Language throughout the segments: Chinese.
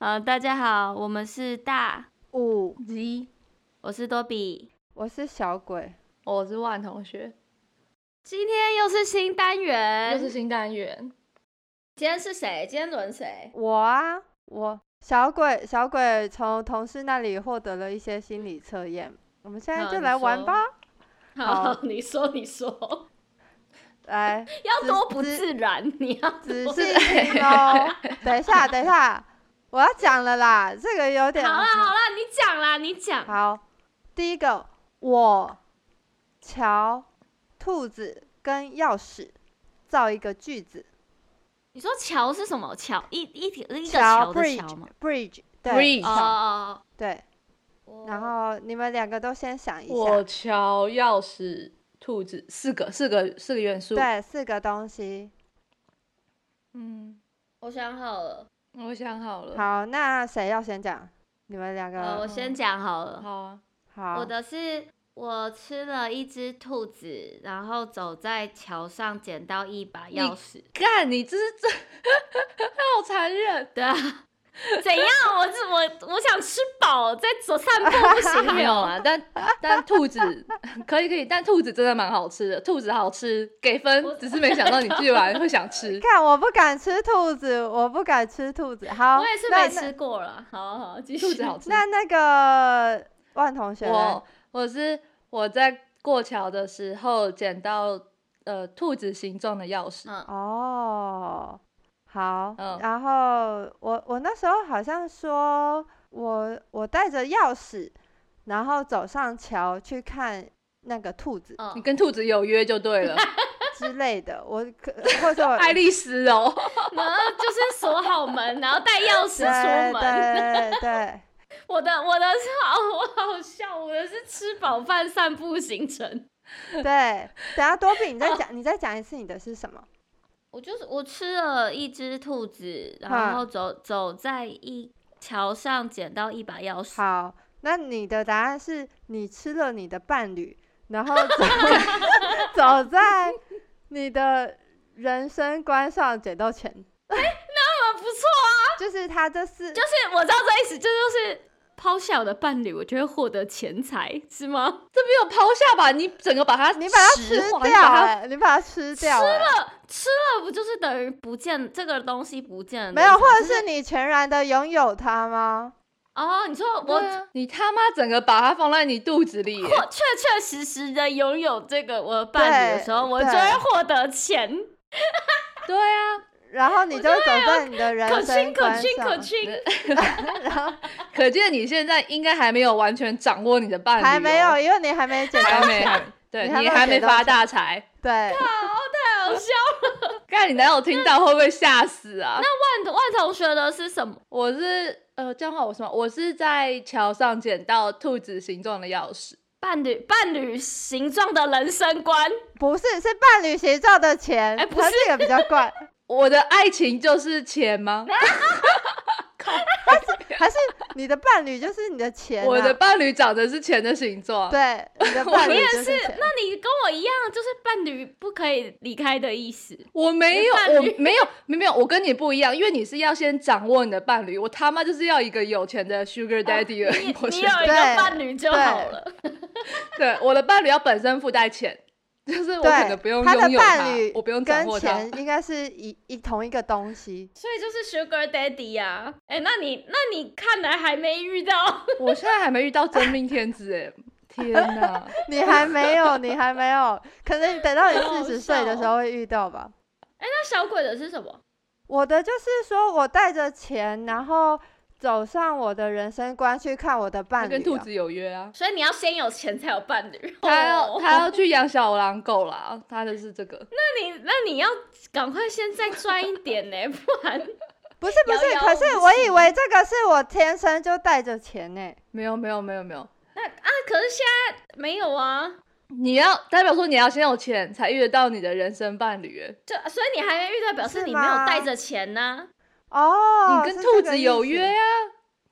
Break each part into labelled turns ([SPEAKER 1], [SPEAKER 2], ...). [SPEAKER 1] 好，大家好，我们是大
[SPEAKER 2] 五，
[SPEAKER 3] Z，
[SPEAKER 1] 我是多比，
[SPEAKER 2] 我是小鬼，
[SPEAKER 3] 哦我是万同学，
[SPEAKER 1] 今天又是新单元，
[SPEAKER 3] 又是新单元。
[SPEAKER 1] 今天是谁？今天轮谁？
[SPEAKER 2] 我啊，我小鬼，小鬼从同事那里获得了一些心理测验，我们现在
[SPEAKER 1] 好
[SPEAKER 2] 就
[SPEAKER 1] 你
[SPEAKER 2] 来玩
[SPEAKER 1] 说
[SPEAKER 2] 吧，好
[SPEAKER 1] 好， 你说，你说，
[SPEAKER 2] 来
[SPEAKER 1] 要
[SPEAKER 2] 只
[SPEAKER 1] 多不
[SPEAKER 2] 只
[SPEAKER 1] 自然，你 要
[SPEAKER 2] 仔
[SPEAKER 1] 多
[SPEAKER 2] 细 听哦。等一下，等一下，我要讲了啦，这个有点
[SPEAKER 1] 好啊啦，好啦，你讲啦，你讲。
[SPEAKER 2] 好，第一个，我瞧兔子跟钥匙造一个句子。
[SPEAKER 1] 你说桥是什么桥？一一条一个
[SPEAKER 2] 桥
[SPEAKER 1] 的桥吗
[SPEAKER 2] bridge？bridge 对
[SPEAKER 3] Bridge
[SPEAKER 1] 哦哦
[SPEAKER 2] 对，
[SPEAKER 1] 哦，
[SPEAKER 2] 然后你们两个都先想一
[SPEAKER 3] 我
[SPEAKER 2] 下，
[SPEAKER 3] 敲钥匙、兔子，四个，四个，四个元素。，
[SPEAKER 2] 对，四个东西。
[SPEAKER 3] 嗯，
[SPEAKER 1] 我想好了，
[SPEAKER 3] 我想好了。，
[SPEAKER 2] 好，那谁要先讲？你们两个，
[SPEAKER 1] 呃，我先讲好了。
[SPEAKER 3] 好啊。
[SPEAKER 2] 好，。
[SPEAKER 1] 我的是我吃了一只兔子，然后走在桥上捡到一把钥匙。
[SPEAKER 3] 干，你这是这， 好残忍。
[SPEAKER 1] 对啊， 怎样？我是我我想吃饱，在走散步不行
[SPEAKER 3] 没有
[SPEAKER 1] 了。
[SPEAKER 3] 啊，但但兔子可以可以，但兔子真的蛮好吃的，兔子好吃，给分
[SPEAKER 1] 我。
[SPEAKER 3] 只是没想到你居然会想吃
[SPEAKER 2] 看我不敢吃兔子，我不敢吃兔子。好，
[SPEAKER 1] 我也是
[SPEAKER 2] 那
[SPEAKER 1] 没吃过了。好好，继续。
[SPEAKER 3] 兔子好吃。
[SPEAKER 2] 那那那个万同学呢，
[SPEAKER 3] 我我是我在过桥的时候捡到呃兔子形状的钥匙，
[SPEAKER 1] 嗯，
[SPEAKER 2] 哦，好，
[SPEAKER 3] 嗯
[SPEAKER 2] 然后我我那时候好像说我我带着钥匙，然后走上桥去看那个 兔子
[SPEAKER 1] 嗯
[SPEAKER 3] 你跟兔子有约就 对了，
[SPEAKER 2] 之类的，我可 或者我
[SPEAKER 3] 爱丽丝哦，
[SPEAKER 1] 然后就是锁好门，然后带钥匙出门。
[SPEAKER 2] 对对对，
[SPEAKER 1] 我的我的是好，我好笑，我的是吃饱饭散步行程。
[SPEAKER 2] 对，等下多比你
[SPEAKER 1] 嗯
[SPEAKER 2] 再讲，你再讲一次你的是什么？
[SPEAKER 1] 我就是我吃了一只兔子，然
[SPEAKER 2] 嗯
[SPEAKER 1] 后走走在一桥上捡到一把钥匙。
[SPEAKER 2] 好，那你的答案是你吃了你的伴侣，然后 走走在你的人生观上捡到钱，
[SPEAKER 1] 那么不错，啊
[SPEAKER 2] 就是他这是
[SPEAKER 1] 就是我知道这意思，这就是抛下我的伴侣，我就会获得钱财，是吗？
[SPEAKER 3] 这没有抛下吧？你整个把它
[SPEAKER 2] 你把它吃
[SPEAKER 3] 石化，你
[SPEAKER 2] 掉、
[SPEAKER 3] 把它
[SPEAKER 2] 欸，你把它吃掉、欸，
[SPEAKER 1] 吃了不就是等于不见这个东西不见了？
[SPEAKER 2] 没有，
[SPEAKER 1] 就是
[SPEAKER 2] 或者是你全然的拥有它吗？
[SPEAKER 1] 哦，你说我
[SPEAKER 3] 我、
[SPEAKER 2] 啊
[SPEAKER 3] 你他妈整个把它放在你肚子里耶，
[SPEAKER 1] 我确确实实的拥有这个我的伴侣的时候，
[SPEAKER 2] 对
[SPEAKER 1] 我就会获得钱，
[SPEAKER 3] 对啊，
[SPEAKER 2] 然后你就走在你的人
[SPEAKER 1] 可
[SPEAKER 2] 生
[SPEAKER 1] 亲可
[SPEAKER 2] 观
[SPEAKER 1] 亲可
[SPEAKER 2] 上，
[SPEAKER 1] 亲。
[SPEAKER 2] 然后
[SPEAKER 3] 可见你现在应该还没有完全掌握你的伴侣、哦，
[SPEAKER 2] 还没有，，因为你还没捡到
[SPEAKER 3] 还没，
[SPEAKER 2] 钱，
[SPEAKER 3] 还对
[SPEAKER 2] 你还没
[SPEAKER 3] 你
[SPEAKER 2] 有
[SPEAKER 3] 还没
[SPEAKER 2] 捡到
[SPEAKER 3] 发
[SPEAKER 2] 钱
[SPEAKER 3] 大财，
[SPEAKER 2] 对，
[SPEAKER 1] 太好笑了！
[SPEAKER 3] 看你男友听到会不会吓死啊？
[SPEAKER 1] 万万同学的是什么？
[SPEAKER 3] 我是呃，这样的话我什么？我是在桥上捡到兔子形状的钥匙，
[SPEAKER 1] 伴侣伴侣形状的人生观，
[SPEAKER 2] 不是是伴侣协照的钱，
[SPEAKER 1] 哎不
[SPEAKER 2] 它
[SPEAKER 1] 是
[SPEAKER 2] 这个比较怪，
[SPEAKER 3] 我的爱情就是钱吗？
[SPEAKER 2] 还是你的伴侣就是你的钱、啊，
[SPEAKER 3] 我的伴侣长得是钱的形状，
[SPEAKER 2] 对，你 的伴
[SPEAKER 1] 你
[SPEAKER 2] 侣
[SPEAKER 1] 也
[SPEAKER 2] 就是钱，
[SPEAKER 1] 那你跟我一样，就是伴侣不可以离开的意 思。
[SPEAKER 3] 我没有，
[SPEAKER 1] 你的
[SPEAKER 3] 我
[SPEAKER 1] 伴侣
[SPEAKER 3] 没有，没有，我跟你不一样，因为你是要先掌握你的伴侣，我他妈就是要一个有钱的 sugar
[SPEAKER 1] 哦你
[SPEAKER 3] daddy 而已。我
[SPEAKER 1] 你
[SPEAKER 3] 觉
[SPEAKER 1] 有
[SPEAKER 3] 得
[SPEAKER 1] 一个
[SPEAKER 2] 对
[SPEAKER 1] 伴侣就好了。
[SPEAKER 3] 对，我的伴侣要本身附带钱，就是我可能不用
[SPEAKER 2] 他的
[SPEAKER 3] 拥有
[SPEAKER 2] 伴侣
[SPEAKER 3] 我不用掌
[SPEAKER 2] 跟
[SPEAKER 3] 握它
[SPEAKER 2] 钱。应该是一一同一个东西。
[SPEAKER 1] 所以就是 Sugar Daddy 呀、哎、那你那你看来还没遇到，
[SPEAKER 3] 我现在还没遇到真命天子哎，天哪！
[SPEAKER 1] 啊
[SPEAKER 2] 你还没有，你还没有，可能你等到你
[SPEAKER 3] 好好
[SPEAKER 2] 四十岁的时
[SPEAKER 3] 笑哦
[SPEAKER 2] 候会遇到吧。
[SPEAKER 1] 哎、那小鬼的是什么？
[SPEAKER 2] 我的就是说我带着钱，然后走上我的人生观去看我的
[SPEAKER 3] 他
[SPEAKER 2] 伴侣、啊。
[SPEAKER 3] 跟兔子有约啊，
[SPEAKER 1] 所以你要先有钱才有伴侣。
[SPEAKER 3] 他要
[SPEAKER 1] 哦
[SPEAKER 3] 他要去养小狼狗啦，他就是这个。
[SPEAKER 1] 那你那你要赶快先再赚一点呢、 不然
[SPEAKER 2] 不是不是，
[SPEAKER 1] 遥遥
[SPEAKER 2] 可是
[SPEAKER 1] 无
[SPEAKER 2] 我
[SPEAKER 1] 期
[SPEAKER 2] 以为这个是我天生就带着钱呢、
[SPEAKER 3] 没有没有没有没有，
[SPEAKER 1] 那啊，可是现在没有啊，
[SPEAKER 3] 你要代表说你要先有钱才遇得到你的人生伴侣欸耶。
[SPEAKER 1] 就所以你还没遇到，表示
[SPEAKER 2] 是
[SPEAKER 1] 你没有
[SPEAKER 2] 吗
[SPEAKER 1] 带着钱呢、
[SPEAKER 2] 哦，
[SPEAKER 3] 你
[SPEAKER 2] 是
[SPEAKER 3] 跟
[SPEAKER 2] 这
[SPEAKER 3] 兔
[SPEAKER 2] 个
[SPEAKER 3] 子
[SPEAKER 2] 意
[SPEAKER 3] 有
[SPEAKER 2] 思
[SPEAKER 3] 约啊？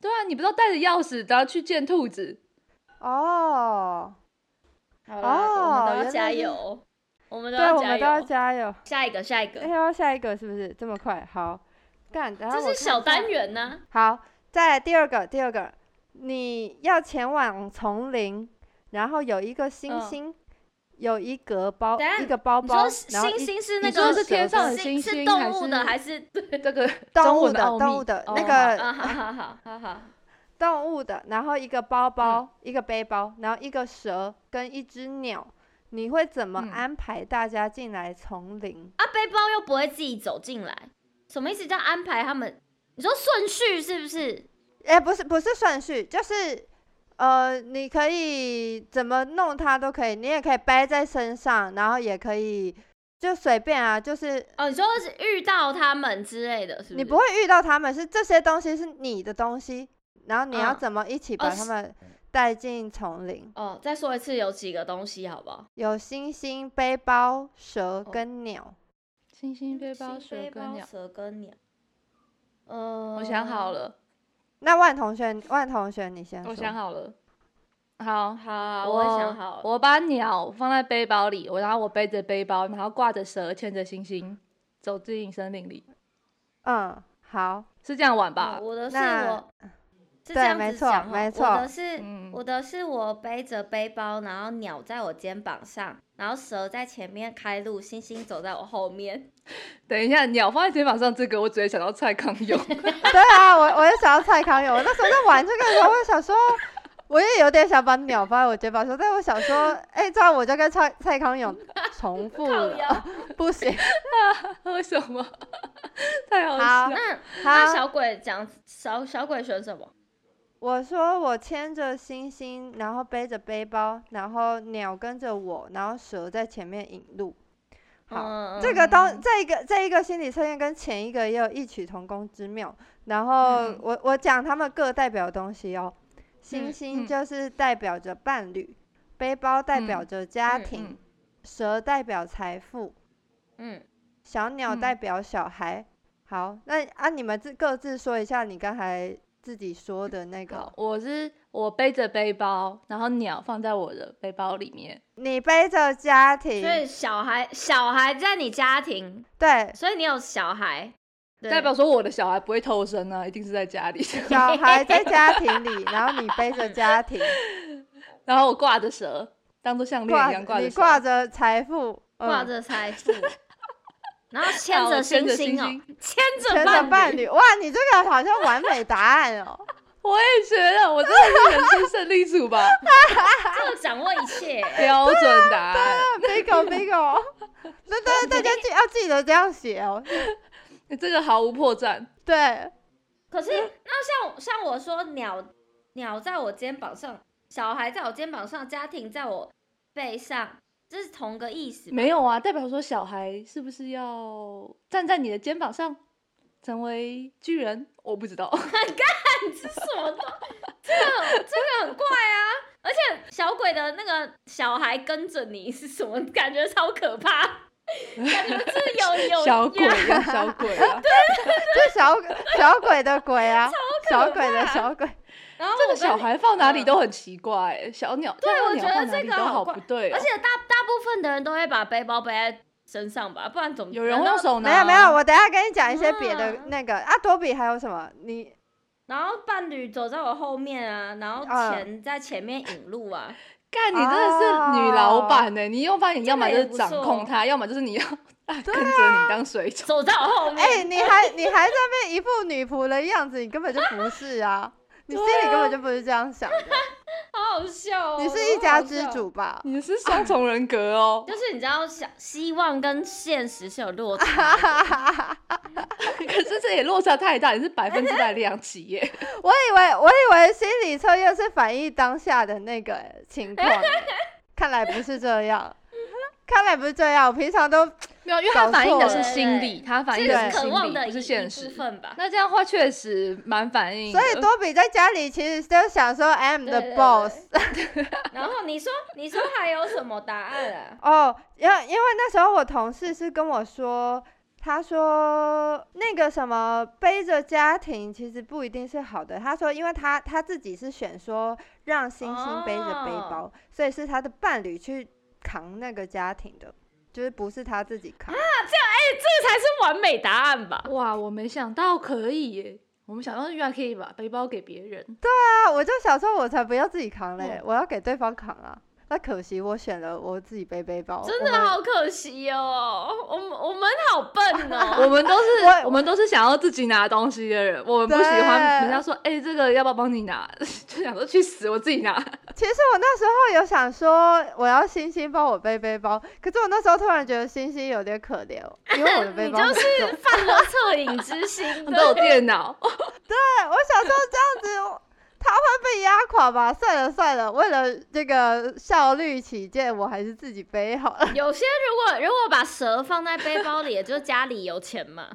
[SPEAKER 3] 对啊，你不知道带着钥匙然后去见兔子，
[SPEAKER 2] 哦。
[SPEAKER 1] 好啦，我们都
[SPEAKER 2] 原
[SPEAKER 1] 要
[SPEAKER 2] 来
[SPEAKER 1] 加
[SPEAKER 2] 是
[SPEAKER 1] 油，我们都
[SPEAKER 2] 对，
[SPEAKER 1] 要
[SPEAKER 2] 我们都
[SPEAKER 1] 加
[SPEAKER 2] 要
[SPEAKER 1] 油。
[SPEAKER 2] 加油。
[SPEAKER 1] 下一个，下一
[SPEAKER 2] 哎，
[SPEAKER 1] 个，
[SPEAKER 2] 要下一个是不是这么快？好，干，然后
[SPEAKER 1] 这
[SPEAKER 2] 我
[SPEAKER 1] 是
[SPEAKER 2] 看
[SPEAKER 1] 小
[SPEAKER 2] 一下
[SPEAKER 1] 单元呢、
[SPEAKER 2] 好，再来第二个，第二个，你要前往丛林，然后有一个星
[SPEAKER 3] 嗯
[SPEAKER 2] 星，有一格包
[SPEAKER 1] 等下
[SPEAKER 2] 一个包
[SPEAKER 1] 你
[SPEAKER 2] 包，
[SPEAKER 1] 说
[SPEAKER 2] 然后
[SPEAKER 1] 星
[SPEAKER 2] 一
[SPEAKER 1] 星是
[SPEAKER 3] 你
[SPEAKER 1] 那
[SPEAKER 3] 说
[SPEAKER 1] 个
[SPEAKER 3] 是天上的星
[SPEAKER 1] 是
[SPEAKER 3] 星
[SPEAKER 1] 是动物的还
[SPEAKER 3] 还是
[SPEAKER 1] 是
[SPEAKER 3] 这个
[SPEAKER 2] 动物
[SPEAKER 3] 文
[SPEAKER 2] 的
[SPEAKER 3] 奥
[SPEAKER 2] 动
[SPEAKER 3] 秘
[SPEAKER 2] 物的
[SPEAKER 3] 哦
[SPEAKER 2] 那
[SPEAKER 3] 好
[SPEAKER 2] 个
[SPEAKER 1] 啊？好好好好啊好，
[SPEAKER 2] 动物的，然后一个包
[SPEAKER 1] 嗯
[SPEAKER 2] 包，一个背包，然后一个蛇跟一只鸟，你会怎么
[SPEAKER 3] 嗯
[SPEAKER 2] 安排大家进来丛林？
[SPEAKER 1] 啊，背包又不会自己走进来，什么意思？叫安排他们？你说顺序是不是？
[SPEAKER 2] 哎、不是不是顺序，就是呃，你可以怎么弄它都可以，你也可以背在身上，然后也可以就随便啊，就是
[SPEAKER 1] 哦，你说是遇到他们之类的，是不是？
[SPEAKER 2] 你不会遇到他们，是这些东西是你的东西，然后你要
[SPEAKER 1] 嗯
[SPEAKER 2] 怎么一起
[SPEAKER 1] 哦
[SPEAKER 2] 把
[SPEAKER 1] 是
[SPEAKER 2] 他们带进丛林？
[SPEAKER 1] 哦，再说一次有几个东西好不好？
[SPEAKER 2] 有星星、背包、蛇
[SPEAKER 1] 哦
[SPEAKER 2] 跟鸟。
[SPEAKER 3] 星星背包蛇跟鸟。
[SPEAKER 1] 蛇跟鸟。呃，
[SPEAKER 3] 我想好。了，
[SPEAKER 2] 那万同学，万同学，你先说。
[SPEAKER 3] 我想好了。好，
[SPEAKER 1] 好，我也想好了。
[SPEAKER 3] 我把鸟放在背包里，我然后我背着背包，然后挂着蛇，牵着星星，走进森林里，
[SPEAKER 2] 嗯，好，
[SPEAKER 3] 是这样玩吧
[SPEAKER 1] 哦？我的是
[SPEAKER 2] 那
[SPEAKER 1] 我。是
[SPEAKER 2] 对
[SPEAKER 1] 这样
[SPEAKER 2] 没
[SPEAKER 1] 子
[SPEAKER 2] 错
[SPEAKER 1] 讲哦
[SPEAKER 2] 没
[SPEAKER 1] 我
[SPEAKER 2] 错
[SPEAKER 1] 的是、
[SPEAKER 3] 嗯
[SPEAKER 1] 我的是我背着背包，然后鸟在我肩膀上，然后蛇在前面开路，星星走在我后面。
[SPEAKER 3] 等一下，鸟放在肩膀上这个，我直接想到蔡康永。
[SPEAKER 2] 对啊，我我也想要蔡康永。我那时候在玩这个的时候，我想说，我也有点想把鸟放在我肩膀上，但我想说，哎、这样我就跟蔡蔡康永重复
[SPEAKER 1] 靠
[SPEAKER 2] 了
[SPEAKER 1] 腰，
[SPEAKER 2] 不行。
[SPEAKER 3] 为什么？太好
[SPEAKER 2] 好
[SPEAKER 3] 笑了。
[SPEAKER 1] 那那
[SPEAKER 2] 好，
[SPEAKER 1] 小鬼讲小小鬼选什么？
[SPEAKER 2] 我说我牵着星星，然后背着背包，然后鸟跟着我，然后蛇在前面引路。好，
[SPEAKER 1] 嗯、
[SPEAKER 2] 这个东这一个这一个心理测验跟前一个也有异曲同工之妙。然后
[SPEAKER 3] 嗯
[SPEAKER 2] 我、我讲他们各代表的东西哦，星
[SPEAKER 3] 嗯
[SPEAKER 2] 星
[SPEAKER 3] 嗯
[SPEAKER 2] 就是代表着伴侣，背包代表着家
[SPEAKER 1] 嗯嗯
[SPEAKER 2] 庭，
[SPEAKER 3] 嗯
[SPEAKER 2] 蛇代表财富，
[SPEAKER 1] 嗯，
[SPEAKER 2] 小鸟
[SPEAKER 3] 嗯
[SPEAKER 2] 代表小孩。好，那啊你们自各自说一下你刚才自己说的那个
[SPEAKER 3] 好，，我是我背着背包，然后鸟放在我的背包里面。
[SPEAKER 2] 你背着家
[SPEAKER 1] 所
[SPEAKER 2] 庭，
[SPEAKER 1] 以小孩小孩在你家庭，
[SPEAKER 2] 对
[SPEAKER 1] 所以你有小孩，对
[SPEAKER 3] 代表说我的小孩不会偷生啊，一定是在家里。
[SPEAKER 2] 小孩在家庭里，然后你背着家庭，
[SPEAKER 3] 然后我挂着蛇，当做项链一样
[SPEAKER 2] 你
[SPEAKER 3] 着蛇。
[SPEAKER 2] 挂着财富，嗯
[SPEAKER 1] 挂 着财富，然后牵
[SPEAKER 3] 好
[SPEAKER 1] 着
[SPEAKER 3] 牵
[SPEAKER 1] 星
[SPEAKER 3] 着
[SPEAKER 1] 星哦
[SPEAKER 3] 星，
[SPEAKER 1] 牵着
[SPEAKER 2] 全的
[SPEAKER 1] 伴
[SPEAKER 2] 伴侣，哇，你这个好像完美答案哦。
[SPEAKER 3] 我也觉得，我真的是人生胜利组吧，
[SPEAKER 1] 这个掌握一切。
[SPEAKER 3] 标准答
[SPEAKER 1] 啊
[SPEAKER 3] 案。
[SPEAKER 2] bingo bingo，那 大大家记要记得这样写哦。
[SPEAKER 3] 你欸这个毫无破绽。
[SPEAKER 2] 对，
[SPEAKER 1] 可是那像像我说鸟鸟在我肩膀上，小孩在我肩膀上，家庭在我背上，这是同个意思吧。
[SPEAKER 3] 没有啊，代表说小孩是不是要站在你的肩膀上，成为巨人？我不知道。
[SPEAKER 1] 这是什么东？这个这个很怪啊！而且小鬼的那个小孩跟着你是什么感觉？超可怕，感觉是有有
[SPEAKER 3] 小鬼
[SPEAKER 1] 呀
[SPEAKER 3] 啊，小 鬼啊！
[SPEAKER 2] 就小小鬼的鬼啊，
[SPEAKER 1] 超
[SPEAKER 2] 小
[SPEAKER 1] 可怕
[SPEAKER 2] 鬼的小鬼，
[SPEAKER 1] 然后
[SPEAKER 3] 这
[SPEAKER 1] 我
[SPEAKER 3] 个
[SPEAKER 1] 跟
[SPEAKER 3] 小
[SPEAKER 1] 你
[SPEAKER 3] 孩放哪里都很奇怪、欸小鸟，
[SPEAKER 1] 对，
[SPEAKER 3] 大
[SPEAKER 1] 我
[SPEAKER 3] 鸟
[SPEAKER 1] 觉
[SPEAKER 3] 放
[SPEAKER 1] 得
[SPEAKER 3] 哪
[SPEAKER 1] 这
[SPEAKER 3] 里
[SPEAKER 1] 个
[SPEAKER 3] 都好
[SPEAKER 1] 怪
[SPEAKER 3] 不对、哦
[SPEAKER 1] 而。且大大部分的人都会把背包背在身上吧，不然怎么
[SPEAKER 3] 有人
[SPEAKER 1] 难
[SPEAKER 3] 会
[SPEAKER 1] 道
[SPEAKER 3] 用手拿，
[SPEAKER 2] 没有没有，，我等一下跟你讲一些别
[SPEAKER 1] 啊
[SPEAKER 2] 的那个啊，多比还有什么？你
[SPEAKER 1] 然后伴侣走在我后面啊，然后
[SPEAKER 2] 啊
[SPEAKER 1] 钱在前面引路啊，
[SPEAKER 3] 干你真的是女老板呢、你用发现，
[SPEAKER 1] 这
[SPEAKER 3] 要
[SPEAKER 1] 个
[SPEAKER 3] 么就
[SPEAKER 1] 也
[SPEAKER 3] 是
[SPEAKER 1] 不
[SPEAKER 3] 掌
[SPEAKER 1] 错
[SPEAKER 3] 控他，要么就是你要 跟着你当水 桶。
[SPEAKER 1] 走在我后面。
[SPEAKER 2] 哎，你还你还在那边一副女仆的样子，你根本就不是啊，你心里根本就不是这样想的，
[SPEAKER 1] 好好笑哦！
[SPEAKER 2] 你是
[SPEAKER 1] 真的
[SPEAKER 2] 一家
[SPEAKER 1] 啊好
[SPEAKER 2] 之
[SPEAKER 1] 笑，哦
[SPEAKER 2] 主吧？
[SPEAKER 3] 你是双重人格哦，
[SPEAKER 1] 就是你知道，想希望跟现实是有落差
[SPEAKER 2] 啊
[SPEAKER 1] 的。
[SPEAKER 3] 可是这也落差太大，你是百分之百两极耶。
[SPEAKER 2] 我以为我以为心理测验是反映当下的那个 情况欸，看来不是这样，看来不是这样。我平常都
[SPEAKER 3] 没有，因为
[SPEAKER 2] 搞
[SPEAKER 3] 它反映的
[SPEAKER 2] 错
[SPEAKER 3] 是
[SPEAKER 1] 了
[SPEAKER 3] 心理，它反映
[SPEAKER 1] 这
[SPEAKER 3] 的
[SPEAKER 1] 是
[SPEAKER 3] 是
[SPEAKER 1] 渴
[SPEAKER 3] 心
[SPEAKER 1] 望
[SPEAKER 3] 理，
[SPEAKER 1] 的
[SPEAKER 3] 不
[SPEAKER 1] 一
[SPEAKER 3] 是现实
[SPEAKER 1] 一部。分吧。
[SPEAKER 3] 那这样的话确实蛮反映的，
[SPEAKER 2] 所以多比在家里其实就想说 I'm
[SPEAKER 1] 对
[SPEAKER 2] the
[SPEAKER 1] 对
[SPEAKER 2] boss
[SPEAKER 1] 然后你说，你说 还有什么答案啊？
[SPEAKER 2] 哦，因为因为那时候我同事是跟我说。他说那个什么背着家庭其实不一定是好的。他说，因为他他自己是选说让星星背着背包，
[SPEAKER 1] 哦
[SPEAKER 2] 所以是他的伴侣去扛那个家庭的，就是不是他自己扛。
[SPEAKER 1] 这才是完美答案吧？
[SPEAKER 3] 哇，我没想到可以耶！我们想到原来可以把背包给别人，
[SPEAKER 2] 啊，我就想说，我才不要自己扛
[SPEAKER 1] 嗯
[SPEAKER 2] 嘞，我要给对方扛啊。那可惜我选了我自己背背包，
[SPEAKER 1] 真
[SPEAKER 2] 我
[SPEAKER 1] 的
[SPEAKER 2] 们
[SPEAKER 1] 好可惜哦，我们我们好笨 哦。
[SPEAKER 3] 我们都是
[SPEAKER 2] 我
[SPEAKER 3] 我们都是想要自己拿东西的人，我们不喜欢
[SPEAKER 2] 对
[SPEAKER 3] 人家说，哎、这个要不要帮你拿？ 就想说去死，我自己拿。
[SPEAKER 2] 其实我那时候有想说，我要星星帮我背背包，可是我那时候突然觉得星星有点可怜，哦因为我的背
[SPEAKER 1] 你
[SPEAKER 2] 包
[SPEAKER 1] 就
[SPEAKER 2] 很重。
[SPEAKER 1] 是犯了恻隐之心，
[SPEAKER 3] 都有电 脑，
[SPEAKER 2] 对，我想说这样子我，他会被压垮吧？算了算了，为了这个效率起见，我还是自己背好了。
[SPEAKER 1] 有些如果如果把蛇放在背包里，也就是家里有钱嘛。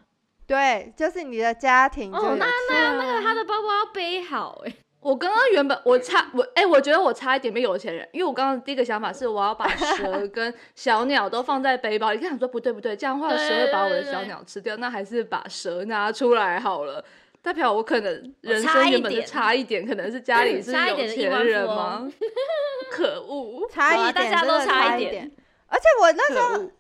[SPEAKER 2] 对，就是你的家庭就
[SPEAKER 1] 哦，
[SPEAKER 2] 有
[SPEAKER 1] 那
[SPEAKER 2] 钱
[SPEAKER 1] 那那个他的包包要背好哎、
[SPEAKER 3] 啊我刚刚原本我差我哎、我觉得我差一点被有钱人，因为我刚刚第一个想法是我要把蛇跟小鸟都放在背包里，看我说不对不对，这样的话
[SPEAKER 1] 对
[SPEAKER 3] 蛇会把我
[SPEAKER 1] 对
[SPEAKER 3] 的
[SPEAKER 1] 对
[SPEAKER 3] 小鸟吃掉，那还是把蛇拿出来好了。代表我可能人
[SPEAKER 1] 差
[SPEAKER 3] 生
[SPEAKER 1] 一
[SPEAKER 3] 原本是
[SPEAKER 1] 点
[SPEAKER 3] 差一点，可能是 家 里是
[SPEAKER 1] 差一
[SPEAKER 3] 有
[SPEAKER 1] 点的亿
[SPEAKER 3] 钱
[SPEAKER 1] 万
[SPEAKER 3] 人
[SPEAKER 1] 富翁
[SPEAKER 3] 吗？可恶！
[SPEAKER 2] 差
[SPEAKER 1] 好啊
[SPEAKER 2] 一
[SPEAKER 1] 大
[SPEAKER 2] 点，
[SPEAKER 1] 家
[SPEAKER 2] 真
[SPEAKER 1] 都
[SPEAKER 2] 的
[SPEAKER 1] 差一
[SPEAKER 2] 差
[SPEAKER 1] 点
[SPEAKER 2] 点。而且我那时
[SPEAKER 3] 可
[SPEAKER 2] 候
[SPEAKER 3] 恶，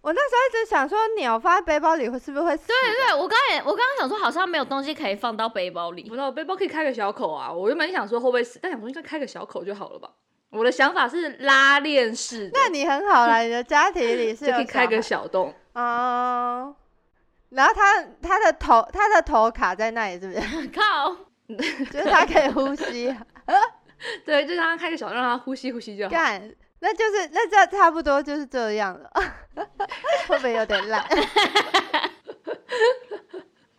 [SPEAKER 2] 我那时候一直想说，鸟放在背包里会是不是会死？
[SPEAKER 1] 对对，我刚也我刚刚想说，好像没有东西可以放到背包里
[SPEAKER 3] 不。知道背包可以开个小口啊，我原本想说会不会死，但想说应该开个小口就好了吧。我的想法是拉链式的，
[SPEAKER 2] 那你很好 啦，你的家庭里是
[SPEAKER 3] 就
[SPEAKER 2] 有
[SPEAKER 3] 可以开个
[SPEAKER 2] 小
[SPEAKER 3] 小洞。
[SPEAKER 2] 孩哦。然后他他的头他的头卡在那里， 是不是？
[SPEAKER 1] 靠，
[SPEAKER 2] 就是他可以呼吸，
[SPEAKER 3] 对，就让它开个小洞，让它呼吸呼吸就好。
[SPEAKER 2] 干，那就是那这差不多就是这样了， 会不会有点烂？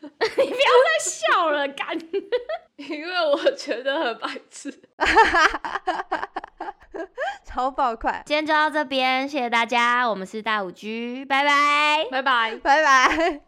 [SPEAKER 1] 你不要再笑了， 干！
[SPEAKER 3] 因为我觉得很白痴。
[SPEAKER 2] 超爆快，
[SPEAKER 1] 今天就到这边，谢谢大家，我们是大五居，拜拜。
[SPEAKER 3] 拜拜。
[SPEAKER 2] 拜拜。